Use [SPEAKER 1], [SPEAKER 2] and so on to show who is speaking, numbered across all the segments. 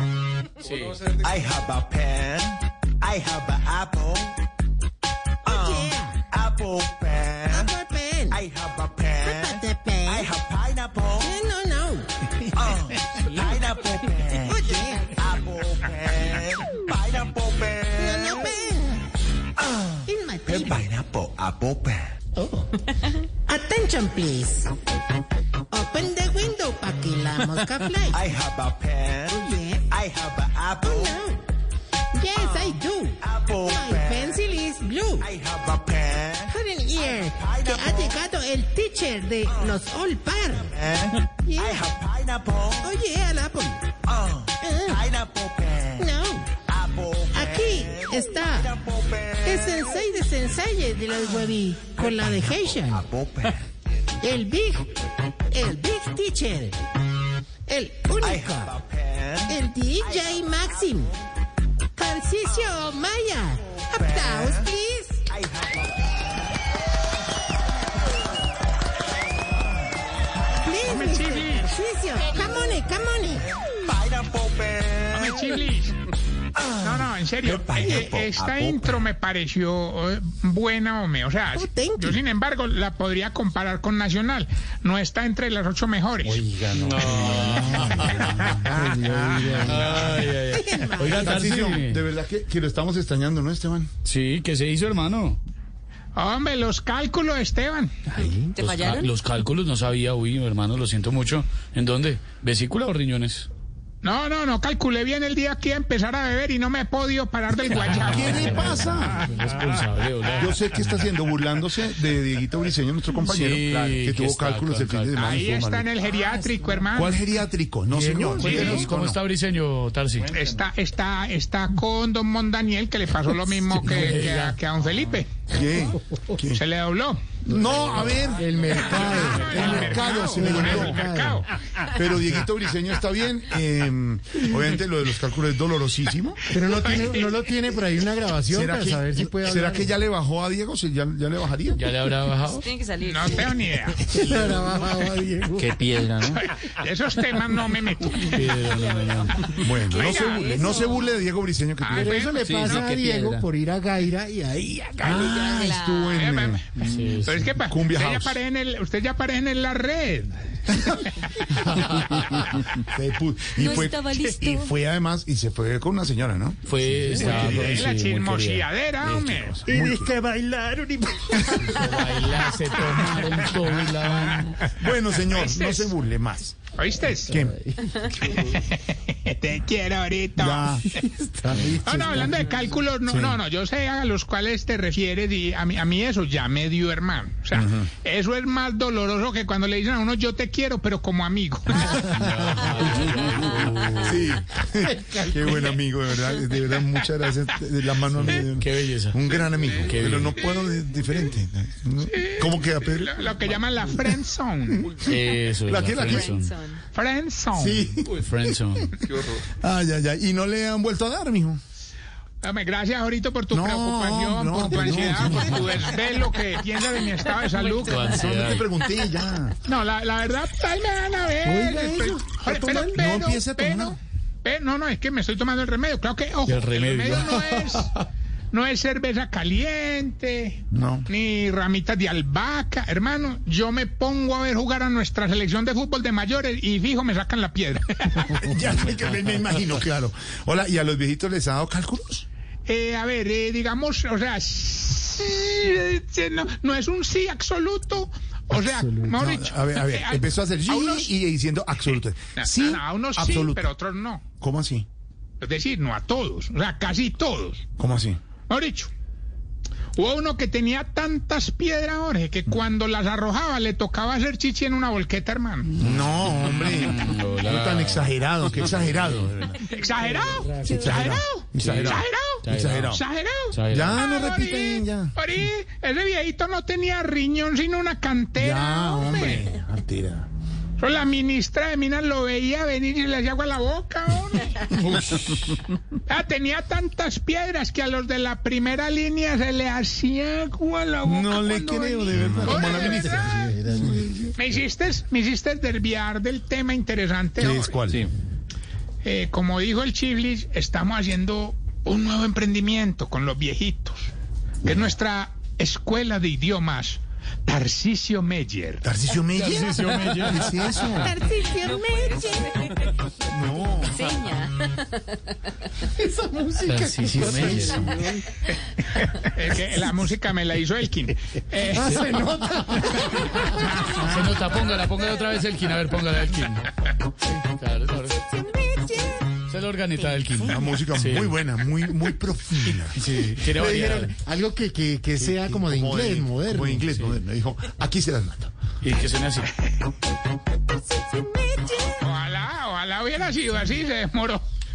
[SPEAKER 1] I have a pen. I have an apple. Um,
[SPEAKER 2] Yeah,
[SPEAKER 1] apple pen.
[SPEAKER 2] Apple pen.
[SPEAKER 1] I have a pen.
[SPEAKER 2] Apple pen.
[SPEAKER 1] I have pineapple.
[SPEAKER 2] Eh, No, no.
[SPEAKER 1] Um, pineapple pen.
[SPEAKER 2] Oh, yeah.
[SPEAKER 1] Apple pen. Pineapple pen.
[SPEAKER 2] No pen. In my
[SPEAKER 1] And
[SPEAKER 2] paper.
[SPEAKER 1] pineapple apple pen.
[SPEAKER 2] Attention, please. Open the window pa que la mosca fly.
[SPEAKER 1] I have a pen.
[SPEAKER 2] Oh, yeah.
[SPEAKER 1] I have an
[SPEAKER 2] Oh,
[SPEAKER 1] apple.
[SPEAKER 2] no. Yes, I do.
[SPEAKER 1] Apple
[SPEAKER 2] My
[SPEAKER 1] pen.
[SPEAKER 2] pencil is blue.
[SPEAKER 1] I have a pen.
[SPEAKER 2] Put in here que ha llegado el teacher de los all par.
[SPEAKER 1] Eh? I
[SPEAKER 2] Yeah.
[SPEAKER 1] have pineapple.
[SPEAKER 2] Oye, al apple.
[SPEAKER 1] Um,
[SPEAKER 2] Eh.
[SPEAKER 1] pineapple pen.
[SPEAKER 2] No.
[SPEAKER 1] Apple pen.
[SPEAKER 2] Aquí está.
[SPEAKER 1] Pineapple pen.
[SPEAKER 2] Es sensei de sensei de los hueví con la de Haitian.
[SPEAKER 1] Apple pen.
[SPEAKER 2] El Big, el Big Teacher, el
[SPEAKER 1] I
[SPEAKER 2] único,
[SPEAKER 1] have a pen.
[SPEAKER 2] el DJ Maxim, Tarcisio Maya. Applause, please.
[SPEAKER 1] I have
[SPEAKER 2] Please, Mr. Tarcisio. Come on, in, come on. in.
[SPEAKER 1] a pineapple pen.
[SPEAKER 3] Dame chilis. No, no, en serio.
[SPEAKER 1] Epa,
[SPEAKER 3] eh,
[SPEAKER 1] epa,
[SPEAKER 3] Esta
[SPEAKER 1] epa.
[SPEAKER 3] intro me pareció eh, buena, hombre. O sea,
[SPEAKER 2] Oh, thank you.
[SPEAKER 3] yo sin embargo la podría comparar con Nacional. No está entre las ocho mejores.
[SPEAKER 4] Oiga, Tarcisio, de verdad que, que lo estamos extrañando, ¿no, Esteban?
[SPEAKER 5] Sí, ¿qué se hizo, hermano?
[SPEAKER 3] Hombre, los cálculos, Esteban.
[SPEAKER 5] ¿Te los fallaron? los cálculos no sabía, uy, hermano, lo siento mucho. ¿En dónde? ¿Vesícula o riñones?
[SPEAKER 3] No, no, no calculé bien el día que iba a empezar a beber y no me he podido parar del guayabo.
[SPEAKER 4] ¿Qué le pasa?
[SPEAKER 5] Responsable, hola.
[SPEAKER 4] Yo sé que está haciendo burlándose de Dieguito Briseño, nuestro compañero,
[SPEAKER 5] Sí,
[SPEAKER 4] claro, que
[SPEAKER 5] que
[SPEAKER 4] tuvo
[SPEAKER 5] está,
[SPEAKER 4] cálculos el
[SPEAKER 5] claro,
[SPEAKER 4] fin de semana.
[SPEAKER 3] Ahí está en el geriátrico, hermano.
[SPEAKER 4] Ah, ¿Cuál geriátrico? No, señor.
[SPEAKER 5] Cuéntenos, ¿Cómo está Briseño, Tarsi?
[SPEAKER 3] Está, está, está con don Mondaniel, que le pasó lo mismo que, que a, que a don Felipe.
[SPEAKER 4] ¿Qué?
[SPEAKER 3] Se le dobló.
[SPEAKER 4] No, a ver. El mercado. El mercado se le
[SPEAKER 3] El mercado.
[SPEAKER 4] dobló. Pero Dieguito Briseño está bien. eh, obviamente lo de los cálculos es dolorosísimo.
[SPEAKER 6] Pero no, tiene, no lo tiene por ahí una grabación
[SPEAKER 4] ¿Será
[SPEAKER 6] para
[SPEAKER 4] que,
[SPEAKER 6] saber si puede hablar.
[SPEAKER 4] ¿será que ya le bajó a Diego? ¿Se- ¿Ya, ya le bajaría?
[SPEAKER 5] ¿Ya le habrá bajado?
[SPEAKER 7] Tiene que salir.
[SPEAKER 3] No tengo ni idea.
[SPEAKER 6] Ahora bajaba Diego.
[SPEAKER 5] Qué piedra, ¿no?
[SPEAKER 3] Esos temas no me meto.
[SPEAKER 5] Piedra, no, no, no.
[SPEAKER 4] Bueno, no
[SPEAKER 3] Oiga,
[SPEAKER 4] se burle. No se burle de Diego Briseño que
[SPEAKER 3] Ay,
[SPEAKER 4] tiene.
[SPEAKER 6] Ah, Pero eso le
[SPEAKER 5] Sí,
[SPEAKER 6] pasa
[SPEAKER 5] sí,
[SPEAKER 6] a
[SPEAKER 5] qué
[SPEAKER 6] Diego
[SPEAKER 5] piedra.
[SPEAKER 6] por ir a Gaira y ahí a Gaira.
[SPEAKER 4] Ah, estuvo
[SPEAKER 3] Eh,
[SPEAKER 4] en.
[SPEAKER 3] me-
[SPEAKER 4] eh,
[SPEAKER 3] me- Pero es que pa-
[SPEAKER 4] Cumbia
[SPEAKER 3] usted, ya
[SPEAKER 4] House.
[SPEAKER 3] aparece en el, usted ya aparece en la red.
[SPEAKER 4] Se pu- y
[SPEAKER 7] No
[SPEAKER 4] fue,
[SPEAKER 7] estaba listo.
[SPEAKER 4] Y fue además, y se fue con una señora, ¿no?
[SPEAKER 5] Fue... estaba
[SPEAKER 3] Es
[SPEAKER 5] con- sí,
[SPEAKER 3] la
[SPEAKER 5] muy querida.
[SPEAKER 3] chismosiadera, hombre.
[SPEAKER 6] Y dice que bailaron y...
[SPEAKER 5] Bailar, se tomaron todo y la banda.
[SPEAKER 4] Bueno, señor, no se burle más.
[SPEAKER 3] ¿Oíste? Te quiero ahorita.
[SPEAKER 4] Ya. Está listo.
[SPEAKER 3] No, no, hablando de cálculos, no, no, no, yo sé a los cuales te refieres y a mí, a mí eso ya me dio hermano. O sea, eso es más doloroso que cuando le dicen a uno yo te quiero, pero como amigo.
[SPEAKER 4] Sí. Qué buen amigo, de verdad. De verdad, muchas gracias. De la mano amiga.
[SPEAKER 5] Qué belleza.
[SPEAKER 4] Un gran amigo.
[SPEAKER 5] Qué
[SPEAKER 4] pero
[SPEAKER 5] bien.
[SPEAKER 4] no puedo de- diferente. ¿no? ¿Cómo queda, Pedro?
[SPEAKER 3] lo, lo que llaman la friend zone.
[SPEAKER 5] Eso, es
[SPEAKER 4] La
[SPEAKER 5] la,
[SPEAKER 4] que- la que-
[SPEAKER 5] friendzone.
[SPEAKER 3] Friend zone.
[SPEAKER 4] Sí.
[SPEAKER 5] Friendzone.
[SPEAKER 4] Ay, ay, ay. Y no le han vuelto a dar, mijo.
[SPEAKER 3] Hombre, gracias, Jorito, por tu
[SPEAKER 4] No,
[SPEAKER 3] preocupación,
[SPEAKER 4] no, pues
[SPEAKER 3] por tu
[SPEAKER 4] no,
[SPEAKER 3] ansiedad,
[SPEAKER 4] no.
[SPEAKER 3] por tu desvelo que piensas de mi estado de salud.
[SPEAKER 5] Tu
[SPEAKER 4] No
[SPEAKER 5] ansiedad.
[SPEAKER 4] te pregunté ya.
[SPEAKER 3] No, la, la verdad, ahí me van a ver.
[SPEAKER 4] Oiga eso,
[SPEAKER 3] Pero-
[SPEAKER 4] ¿a
[SPEAKER 3] pero-
[SPEAKER 4] tomar?
[SPEAKER 3] pero-
[SPEAKER 4] No empiece a
[SPEAKER 3] pero-
[SPEAKER 4] tomar.
[SPEAKER 3] pero- no, no, es que me estoy tomando el remedio. Claro que, ojo,
[SPEAKER 5] El
[SPEAKER 3] el remedio,
[SPEAKER 5] remedio.
[SPEAKER 3] no es... No es cerveza caliente,
[SPEAKER 4] No.
[SPEAKER 3] ni ramitas de albahaca. Hermano, yo me pongo a ver jugar a nuestra selección de fútbol de mayores y fijo, me sacan la piedra.
[SPEAKER 4] Ya sé que me, me imagino, claro. Hola, ¿y a los viejitos les ha dado cálculos?
[SPEAKER 3] Eh, a ver, eh, digamos, o sea, sí, eh, sí, no, no es un sí absoluto. O sea, mejor
[SPEAKER 4] No,
[SPEAKER 3] dicho,
[SPEAKER 4] a ver, a ver,
[SPEAKER 3] eh, a-
[SPEAKER 4] empezó a hacer sí
[SPEAKER 3] a unos,
[SPEAKER 4] y diciendo absoluto.
[SPEAKER 3] no,
[SPEAKER 4] Sí,
[SPEAKER 3] no, a unos sí,
[SPEAKER 4] absoluto.
[SPEAKER 3] pero a otros no.
[SPEAKER 4] ¿Cómo así?
[SPEAKER 3] Es decir, no a todos, o sea, casi todos.
[SPEAKER 4] ¿Cómo así?
[SPEAKER 3] Mejor dicho, Hubo uno que tenía tantas piedras, Jorge,
[SPEAKER 4] Mm.
[SPEAKER 3] que cuando las arrojaba le tocaba hacer chichi en una volqueta, hermano.
[SPEAKER 4] No, hombre. No tan exagerado, qué exagerado. de verdad.
[SPEAKER 3] Exagerado,
[SPEAKER 4] Exagerado.
[SPEAKER 3] exagerado, exagerado,
[SPEAKER 4] Exagerado.
[SPEAKER 3] exagerado.
[SPEAKER 5] Exagerado.
[SPEAKER 4] Ya no
[SPEAKER 3] Ah,
[SPEAKER 4] repiten,
[SPEAKER 3] Ori,
[SPEAKER 4] ya.
[SPEAKER 3] Ori, ese viejito no tenía riñón sino una cantera.
[SPEAKER 4] Ya,
[SPEAKER 3] hombre.
[SPEAKER 4] hombre. Mentira.
[SPEAKER 3] Solo la ministra de Minas lo veía venir y le hacía agua a la boca, hombre. Ah, tenía tantas piedras que a los de la primera línea se le hacía agua a la boca.
[SPEAKER 4] No le
[SPEAKER 3] Ah, cuando
[SPEAKER 4] creo,
[SPEAKER 3] venía.
[SPEAKER 4] de verdad.
[SPEAKER 3] Ahora,
[SPEAKER 4] Como la
[SPEAKER 3] de
[SPEAKER 4] ministra.
[SPEAKER 3] verdad, Me hiciste, me hiciste desviar del tema interesante.
[SPEAKER 4] ¿Qué
[SPEAKER 3] hombre.
[SPEAKER 4] es cuál?
[SPEAKER 3] Eh, como dijo el Chiflis, estamos haciendo un nuevo emprendimiento con los viejitos. Que es nuestra escuela de idiomas, Tarcisio Meyer.
[SPEAKER 4] ¿Tarcisio Meyer?
[SPEAKER 5] Tarcisio Meyer.
[SPEAKER 4] ¿Qué es eso?
[SPEAKER 7] Tarcisio Meyer.
[SPEAKER 4] No.
[SPEAKER 7] Seña.
[SPEAKER 6] Esa música.
[SPEAKER 5] Tarcisio Meyer.
[SPEAKER 3] Eh, que la música me la hizo Elkin. Eh,
[SPEAKER 6] Ah, se nota.
[SPEAKER 5] Se nota, póngala, póngala otra vez Elkin. A ver, póngala Elkin. Sí, claro, claro. Se lo organiza Elkin.
[SPEAKER 4] Una música
[SPEAKER 5] Sí.
[SPEAKER 4] muy buena, muy, muy profunda.
[SPEAKER 5] Sí, tiene
[SPEAKER 6] Le
[SPEAKER 5] variedad.
[SPEAKER 6] dijeron algo que, que, que sea como de inglés moderno.
[SPEAKER 4] Como de inglés moderno. Dijo, aquí se las mato.
[SPEAKER 5] Y que suena así.
[SPEAKER 3] Ojalá, ojalá hubiera sido así, se demoró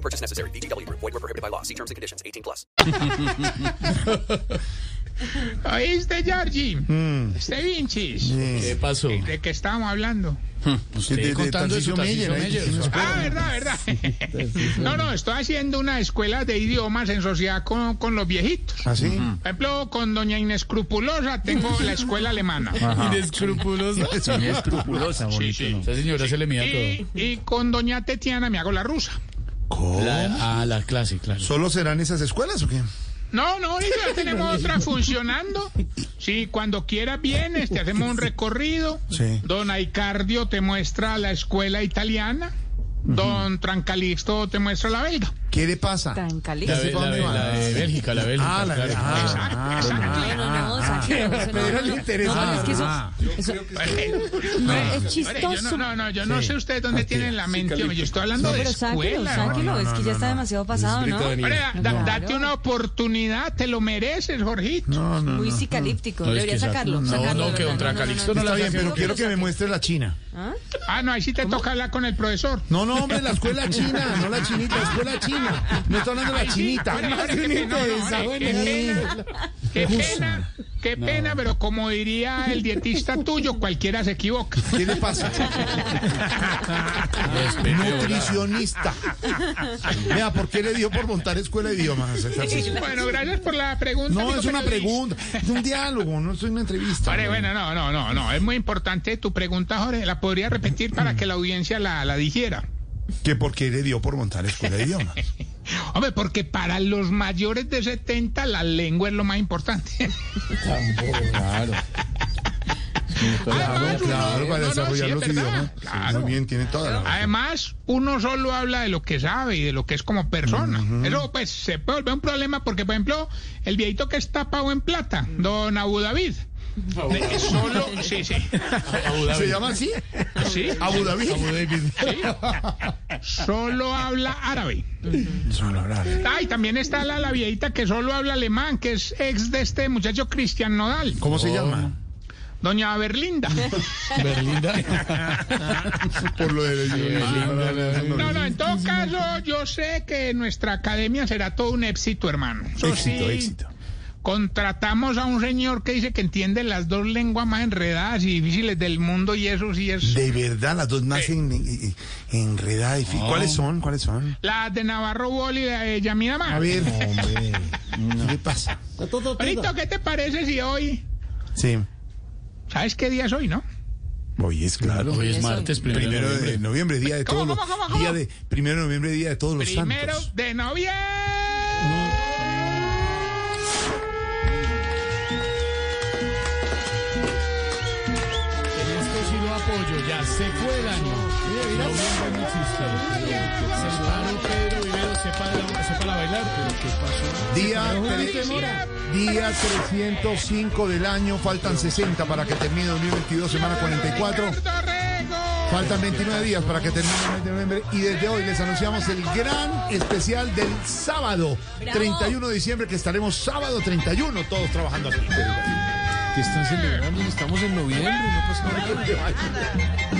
[SPEAKER 8] purchase necessary. VGW Group. Void were prohibited by law. See terms and conditions. 18 plus.
[SPEAKER 3] ¿Oíste, Georgie? Este Vinchis.
[SPEAKER 5] ¿Qué pasó?
[SPEAKER 3] ¿De qué estábamos hablando?
[SPEAKER 5] Usted
[SPEAKER 4] De- de- de
[SPEAKER 5] contando de su
[SPEAKER 4] Tarcisio
[SPEAKER 5] Tarcisio
[SPEAKER 4] Meyer,
[SPEAKER 5] Meyer.
[SPEAKER 4] ahí dijimos,
[SPEAKER 3] Ah, verdad, verdad. No, no, estoy haciendo una escuela de idiomas en sociedad con, con los viejitos.
[SPEAKER 4] ¿Ah, sí?
[SPEAKER 3] Por ejemplo, con Doña Inescrupulosa tengo la escuela alemana.
[SPEAKER 4] Ah,
[SPEAKER 5] Inescrupulosa. Inescrupulosa, bonito.
[SPEAKER 3] sí.
[SPEAKER 5] ¿no? Esa señora se le mía
[SPEAKER 3] Y,
[SPEAKER 5] todo.
[SPEAKER 3] y con Doña Tetiana me hago la rusa.
[SPEAKER 5] La, ah, la clase, claro.
[SPEAKER 4] ¿Solo serán esas escuelas o qué?
[SPEAKER 3] No, no, ahorita ya tenemos otra funcionando. Sí, cuando quieras vienes, te hacemos un recorrido.
[SPEAKER 4] Sí.
[SPEAKER 3] Don Aicardio te muestra la escuela italiana. Don Trancalixto te muestra la belga.
[SPEAKER 7] Ah,
[SPEAKER 4] ¿Qué le pasa?
[SPEAKER 7] Tan
[SPEAKER 5] La,
[SPEAKER 7] caliente.
[SPEAKER 5] de-
[SPEAKER 4] sé para
[SPEAKER 5] la, de-
[SPEAKER 4] dónde
[SPEAKER 5] la de
[SPEAKER 4] vas.
[SPEAKER 5] Bélgica, la Bélgica.
[SPEAKER 4] Ah, la de-
[SPEAKER 5] claro.
[SPEAKER 4] ah.
[SPEAKER 3] Exacto, exacto.
[SPEAKER 7] No, no, no,
[SPEAKER 6] Ah,
[SPEAKER 7] Santiago, eso no,
[SPEAKER 4] Pero
[SPEAKER 7] no,
[SPEAKER 4] le
[SPEAKER 7] no.
[SPEAKER 4] interesa.
[SPEAKER 7] No, pero es que eso-
[SPEAKER 4] Ah.
[SPEAKER 7] eso-
[SPEAKER 3] No,
[SPEAKER 7] es
[SPEAKER 3] Yo no,
[SPEAKER 7] chistoso.
[SPEAKER 3] no, no, yo no sé ustedes dónde
[SPEAKER 7] Ah,
[SPEAKER 3] tienen la mente. hombre, yo estoy hablando de
[SPEAKER 7] Pero sáquelo,
[SPEAKER 3] escuela.
[SPEAKER 7] sáquelo, es que ya está demasiado pasado, ¿no?
[SPEAKER 3] Hombre, da-
[SPEAKER 7] No.
[SPEAKER 3] Date una oportunidad, te lo mereces, Jorgito.
[SPEAKER 4] No, no.
[SPEAKER 7] Muy psicalíptico,
[SPEAKER 5] No, es
[SPEAKER 7] debería
[SPEAKER 5] que sa-
[SPEAKER 7] sacarlo.
[SPEAKER 5] no,
[SPEAKER 7] sacarlo,
[SPEAKER 5] no,
[SPEAKER 7] de
[SPEAKER 5] que
[SPEAKER 7] verdad,
[SPEAKER 5] contra
[SPEAKER 7] no, no, no,
[SPEAKER 5] Calixto no
[SPEAKER 7] no,
[SPEAKER 5] la
[SPEAKER 4] Está bien,
[SPEAKER 5] saqué.
[SPEAKER 4] pero quiero que me muestre la China.
[SPEAKER 3] Ah, no, ahí sí te toca hablar con el profesor.
[SPEAKER 4] No, no, hombre, la escuela china, no la chinita, la escuela china. No está hablando de la chinita.
[SPEAKER 3] Ahora, ahora, qué pena, no, no, ahora, qué pena, qué pena, qué pena, pero como diría el dietista tuyo, cualquiera se equivoca.
[SPEAKER 4] ¿Qué le pasa?
[SPEAKER 5] Respete, hola.
[SPEAKER 4] Nutricionista. Vea, ¿por qué le dio por montar escuela de idiomas?
[SPEAKER 3] Bueno, gracias por la pregunta.
[SPEAKER 4] No,
[SPEAKER 3] amigo
[SPEAKER 4] es una
[SPEAKER 3] periodista.
[SPEAKER 4] pregunta, es un diálogo, no es una entrevista.
[SPEAKER 3] Jorge, bueno, no, no, no, no, es muy importante tu pregunta, Jorge. La podría repetir para que la audiencia la, la dijera.
[SPEAKER 4] ¿Que por qué le dio por montar escuela de idiomas?
[SPEAKER 3] Hombre, porque para los mayores de 70 la lengua es lo más importante.
[SPEAKER 4] Ah,
[SPEAKER 3] Además, uno-
[SPEAKER 4] Claro,
[SPEAKER 3] Ah, no,
[SPEAKER 4] para
[SPEAKER 3] no,
[SPEAKER 4] desarrollar
[SPEAKER 3] sí, es
[SPEAKER 4] los
[SPEAKER 3] verdad,
[SPEAKER 4] idiomas. Sí,
[SPEAKER 3] claro.
[SPEAKER 4] Muy bien, tiene toda la razón.
[SPEAKER 3] Además, uno solo habla de lo que sabe y de lo que es como persona. Eso pues se puede volver un problema porque, por ejemplo, el viejito que está pago en plata, don Abu David, de- solo, sí, sí,
[SPEAKER 5] Abu Dhabi.
[SPEAKER 4] ¿Se llama así?
[SPEAKER 3] sí,
[SPEAKER 4] Abu Dhabi.
[SPEAKER 5] Abu Dhabi.
[SPEAKER 3] solo habla árabe.
[SPEAKER 4] Solo hablar.
[SPEAKER 3] Ah, y también está la, la viejita que solo habla alemán, que es ex de este muchacho Cristian Nodal,
[SPEAKER 4] ¿Cómo se llama?
[SPEAKER 3] doña Berlinda.
[SPEAKER 5] Berlinda.
[SPEAKER 4] Por lo Ah, de
[SPEAKER 3] No, no, en todo caso, yo sé que nuestra academia será todo un éxito, hermano. Eso
[SPEAKER 4] Éxito,
[SPEAKER 3] sí,
[SPEAKER 4] éxito.
[SPEAKER 3] Contratamos a un señor que dice que entiende las dos lenguas más enredadas y difíciles del mundo y eso sí es...
[SPEAKER 4] De verdad, las dos nacen en- en- enredadas. y fi- ¿Cuáles son? ¿Cuáles son?
[SPEAKER 3] La de Navarro Bol y la de Yamina Mar.
[SPEAKER 4] A ver. Hombre, ¿qué le pasa?
[SPEAKER 6] Está todo
[SPEAKER 3] Ahorita, ¿qué te parece si hoy...
[SPEAKER 4] Sí.
[SPEAKER 3] ¿Sabes qué día es hoy, no?
[SPEAKER 4] Hoy es claro.
[SPEAKER 5] Hoy es martes, primero.
[SPEAKER 4] Primero
[SPEAKER 5] de
[SPEAKER 4] de
[SPEAKER 5] noviembre.
[SPEAKER 4] noviembre, día de
[SPEAKER 3] ¿Cómo,
[SPEAKER 4] todos los
[SPEAKER 3] cómo, cómo, cómo?
[SPEAKER 4] día de primero de noviembre, día de todos los
[SPEAKER 3] Primero
[SPEAKER 4] santos.
[SPEAKER 3] de noviembre.
[SPEAKER 5] pollo, ya se fue el año. Se paró Pedro Vivero, se para, se para bailar, pero ¿qué pasó?
[SPEAKER 4] Día, tre- día 305 del año, faltan 60 para que termine 2022, semana 44.
[SPEAKER 3] Ricardo Rego.
[SPEAKER 4] Faltan 29 días para que termine el mes de noviembre y desde hoy les anunciamos el gran especial del sábado 31 de diciembre que estaremos sábado 31 todos trabajando aquí.
[SPEAKER 5] ¿Qué están celebrando? Estamos en noviembre, no Pues, pasa nada.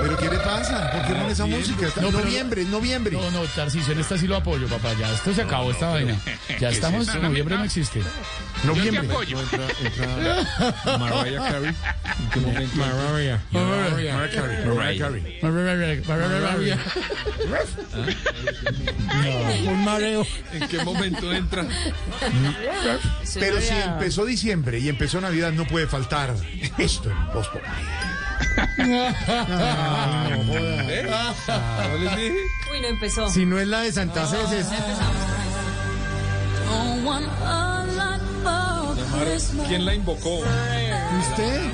[SPEAKER 4] Pero ¿qué le pasa? ¿Por qué no esa música? Está-
[SPEAKER 5] No, pero-
[SPEAKER 4] noviembre, es noviembre.
[SPEAKER 5] No, no, Tarcisio, en esta sí lo apoyo, papá. Ya, esto se acabó, esta vaina. Ya estamos, en noviembre no existe.
[SPEAKER 3] Yo te
[SPEAKER 4] noviembre.
[SPEAKER 3] apoyo.
[SPEAKER 9] Mariah Carey. ¿En qué momento? Mariah. Mariah Carey. Mariah Carey.
[SPEAKER 5] Un mareo.
[SPEAKER 9] ¿En qué momento entra?
[SPEAKER 4] Pero si empezó diciembre y empezó Navidad no puede faltar esto en Voz Populi.
[SPEAKER 9] ¿No les dije?
[SPEAKER 7] Uy, no empezó.
[SPEAKER 6] Si no es la de Santa César,
[SPEAKER 9] ¿Quién la invocó?
[SPEAKER 6] usted,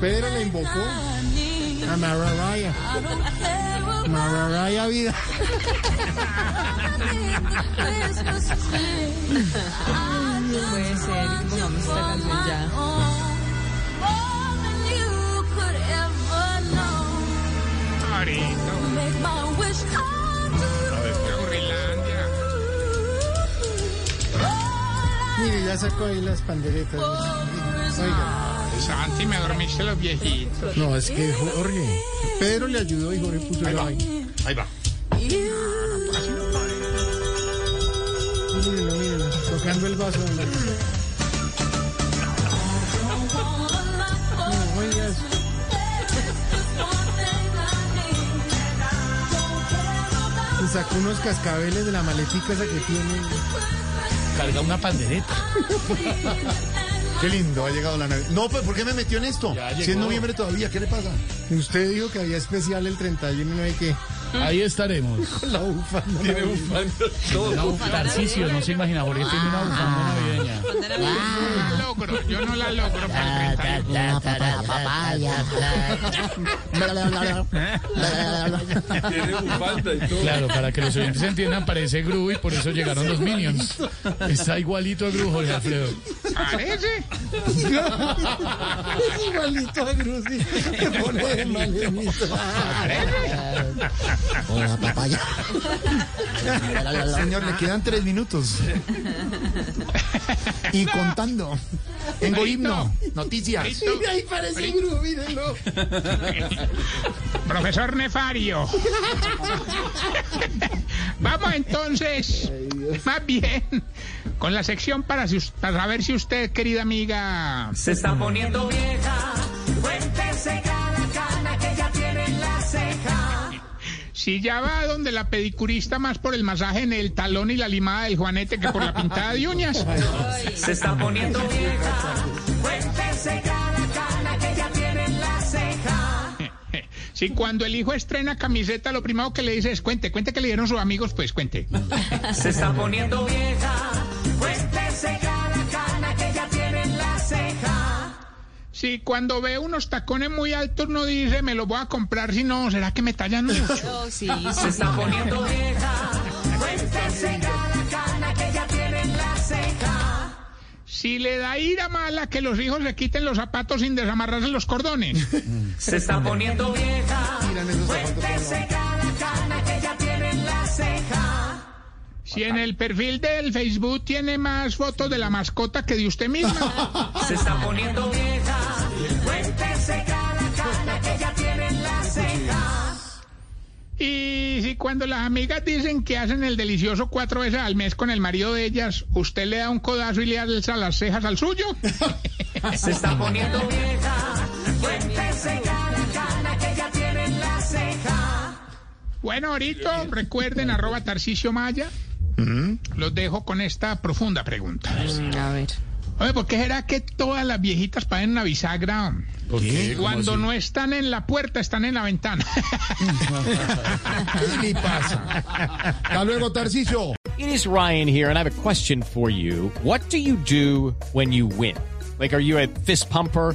[SPEAKER 6] Pedro la invocó. A Mararaya. Mararaya vida.
[SPEAKER 7] No puede ser que pongamos esta canción ya.
[SPEAKER 3] Ahorita, Burrilandia.
[SPEAKER 6] Mire, ya sacó ahí las panderetas. Oiga,
[SPEAKER 3] Santi, me dormiste los viejitos.
[SPEAKER 6] no, es que Jorge, Pedro le ayudó y Jorge puso la vaina.
[SPEAKER 4] Ahí va.
[SPEAKER 6] Mírenlo, mírenlo, tocando el vaso. hombre. No, oiga eso. Y sacó unos cascabeles de la maletica esa que tiene.
[SPEAKER 5] Carga una pandereta.
[SPEAKER 4] Qué lindo, ha llegado la Navidad. No, pues ¿por qué me metió en esto?
[SPEAKER 5] Ya
[SPEAKER 4] Si es
[SPEAKER 5] llegó.
[SPEAKER 4] noviembre todavía, ¿qué le pasa?
[SPEAKER 6] Y Usted dijo que había especial el 31 y no hay que.
[SPEAKER 5] Ahí estaremos.
[SPEAKER 6] La bufanda.
[SPEAKER 9] Tiene bufanda.
[SPEAKER 5] La buf- Tarcisio, no se imagina, Jorge tiene una bufanda navideña.
[SPEAKER 3] No la logro, yo no la logro
[SPEAKER 2] Ah,
[SPEAKER 3] para el 31.
[SPEAKER 9] Tiene bufanda y todo.
[SPEAKER 5] Claro, para que los oyentes entiendan, parece Gru y por eso llegaron los Minions. Está igualito a Gru, Jorge Alfredo.
[SPEAKER 3] Parece.
[SPEAKER 6] Es igualito a Grusi. Te pone de malenito. Hola, papaya.
[SPEAKER 4] Señor, le quedan tres minutos. Y contando. Tengo himno, noticias.
[SPEAKER 3] Listo.
[SPEAKER 6] Ahí parece Gru, mírenlo.
[SPEAKER 3] Profesor Nefario. Vamos entonces, más bien, con la sección para, si us- para saber si usted, querida amiga,
[SPEAKER 1] Se está poniendo vieja. Cuéntese cada cana que ya tiene en la ceja.
[SPEAKER 3] si ya va donde la pedicurista más por el masaje en el talón y la limada del juanete que por la pintada de uñas.
[SPEAKER 1] Se está poniendo vieja. Cuéntese cada cana que ya tiene en la ceja.
[SPEAKER 3] Si cuando el hijo estrena camiseta, lo primero que le dice es cuente, cuente que le dieron sus amigos, pues cuente.
[SPEAKER 1] Se está poniendo vieja. Cuéntese cada cana que ya tiene en la ceja.
[SPEAKER 3] Si cuando ve unos tacones muy altos, no dice me los voy a comprar, sino será que me tallan mucho.
[SPEAKER 7] No, sí,
[SPEAKER 1] Se
[SPEAKER 7] sí, sí.
[SPEAKER 1] está poniendo vieja. Cuéntese cada cana que ya tiene en la ceja.
[SPEAKER 3] Si le da ira mala que los hijos le quiten los zapatos sin desamarrarse los cordones.
[SPEAKER 1] Se está poniendo vieja. Cuéntese cada cana que ya tiene en la ceja.
[SPEAKER 3] Si en el perfil del Facebook tiene más fotos de la mascota que de usted misma.
[SPEAKER 1] Se está poniendo vieja. Cuéntese cada cana que ya tiene en la ceja.
[SPEAKER 3] Y si cuando las amigas dicen que hacen el delicioso cuatro veces al mes con el marido de ellas, usted le da un codazo y le alza las cejas al suyo.
[SPEAKER 1] Se está poniendo vieja. Cuéntese cada cana que ya tiene en la ceja.
[SPEAKER 3] Bueno, ahorita recuerden arroba Tarcicio Maya. Los dejo con esta profunda pregunta.
[SPEAKER 7] A ver.
[SPEAKER 3] Oye, ¿por qué será que todas las viejitas pagan una bisagra?
[SPEAKER 5] ¿Por qué? ¿Cómo
[SPEAKER 3] Cuando
[SPEAKER 5] así?
[SPEAKER 3] no están en la puerta, están en la ventana.
[SPEAKER 4] ¿Qué le pasa? Hasta luego, Tarcicio.
[SPEAKER 10] It is Ryan here, and I have a question for you. What do you do when you win? Like, are you a fist pumper?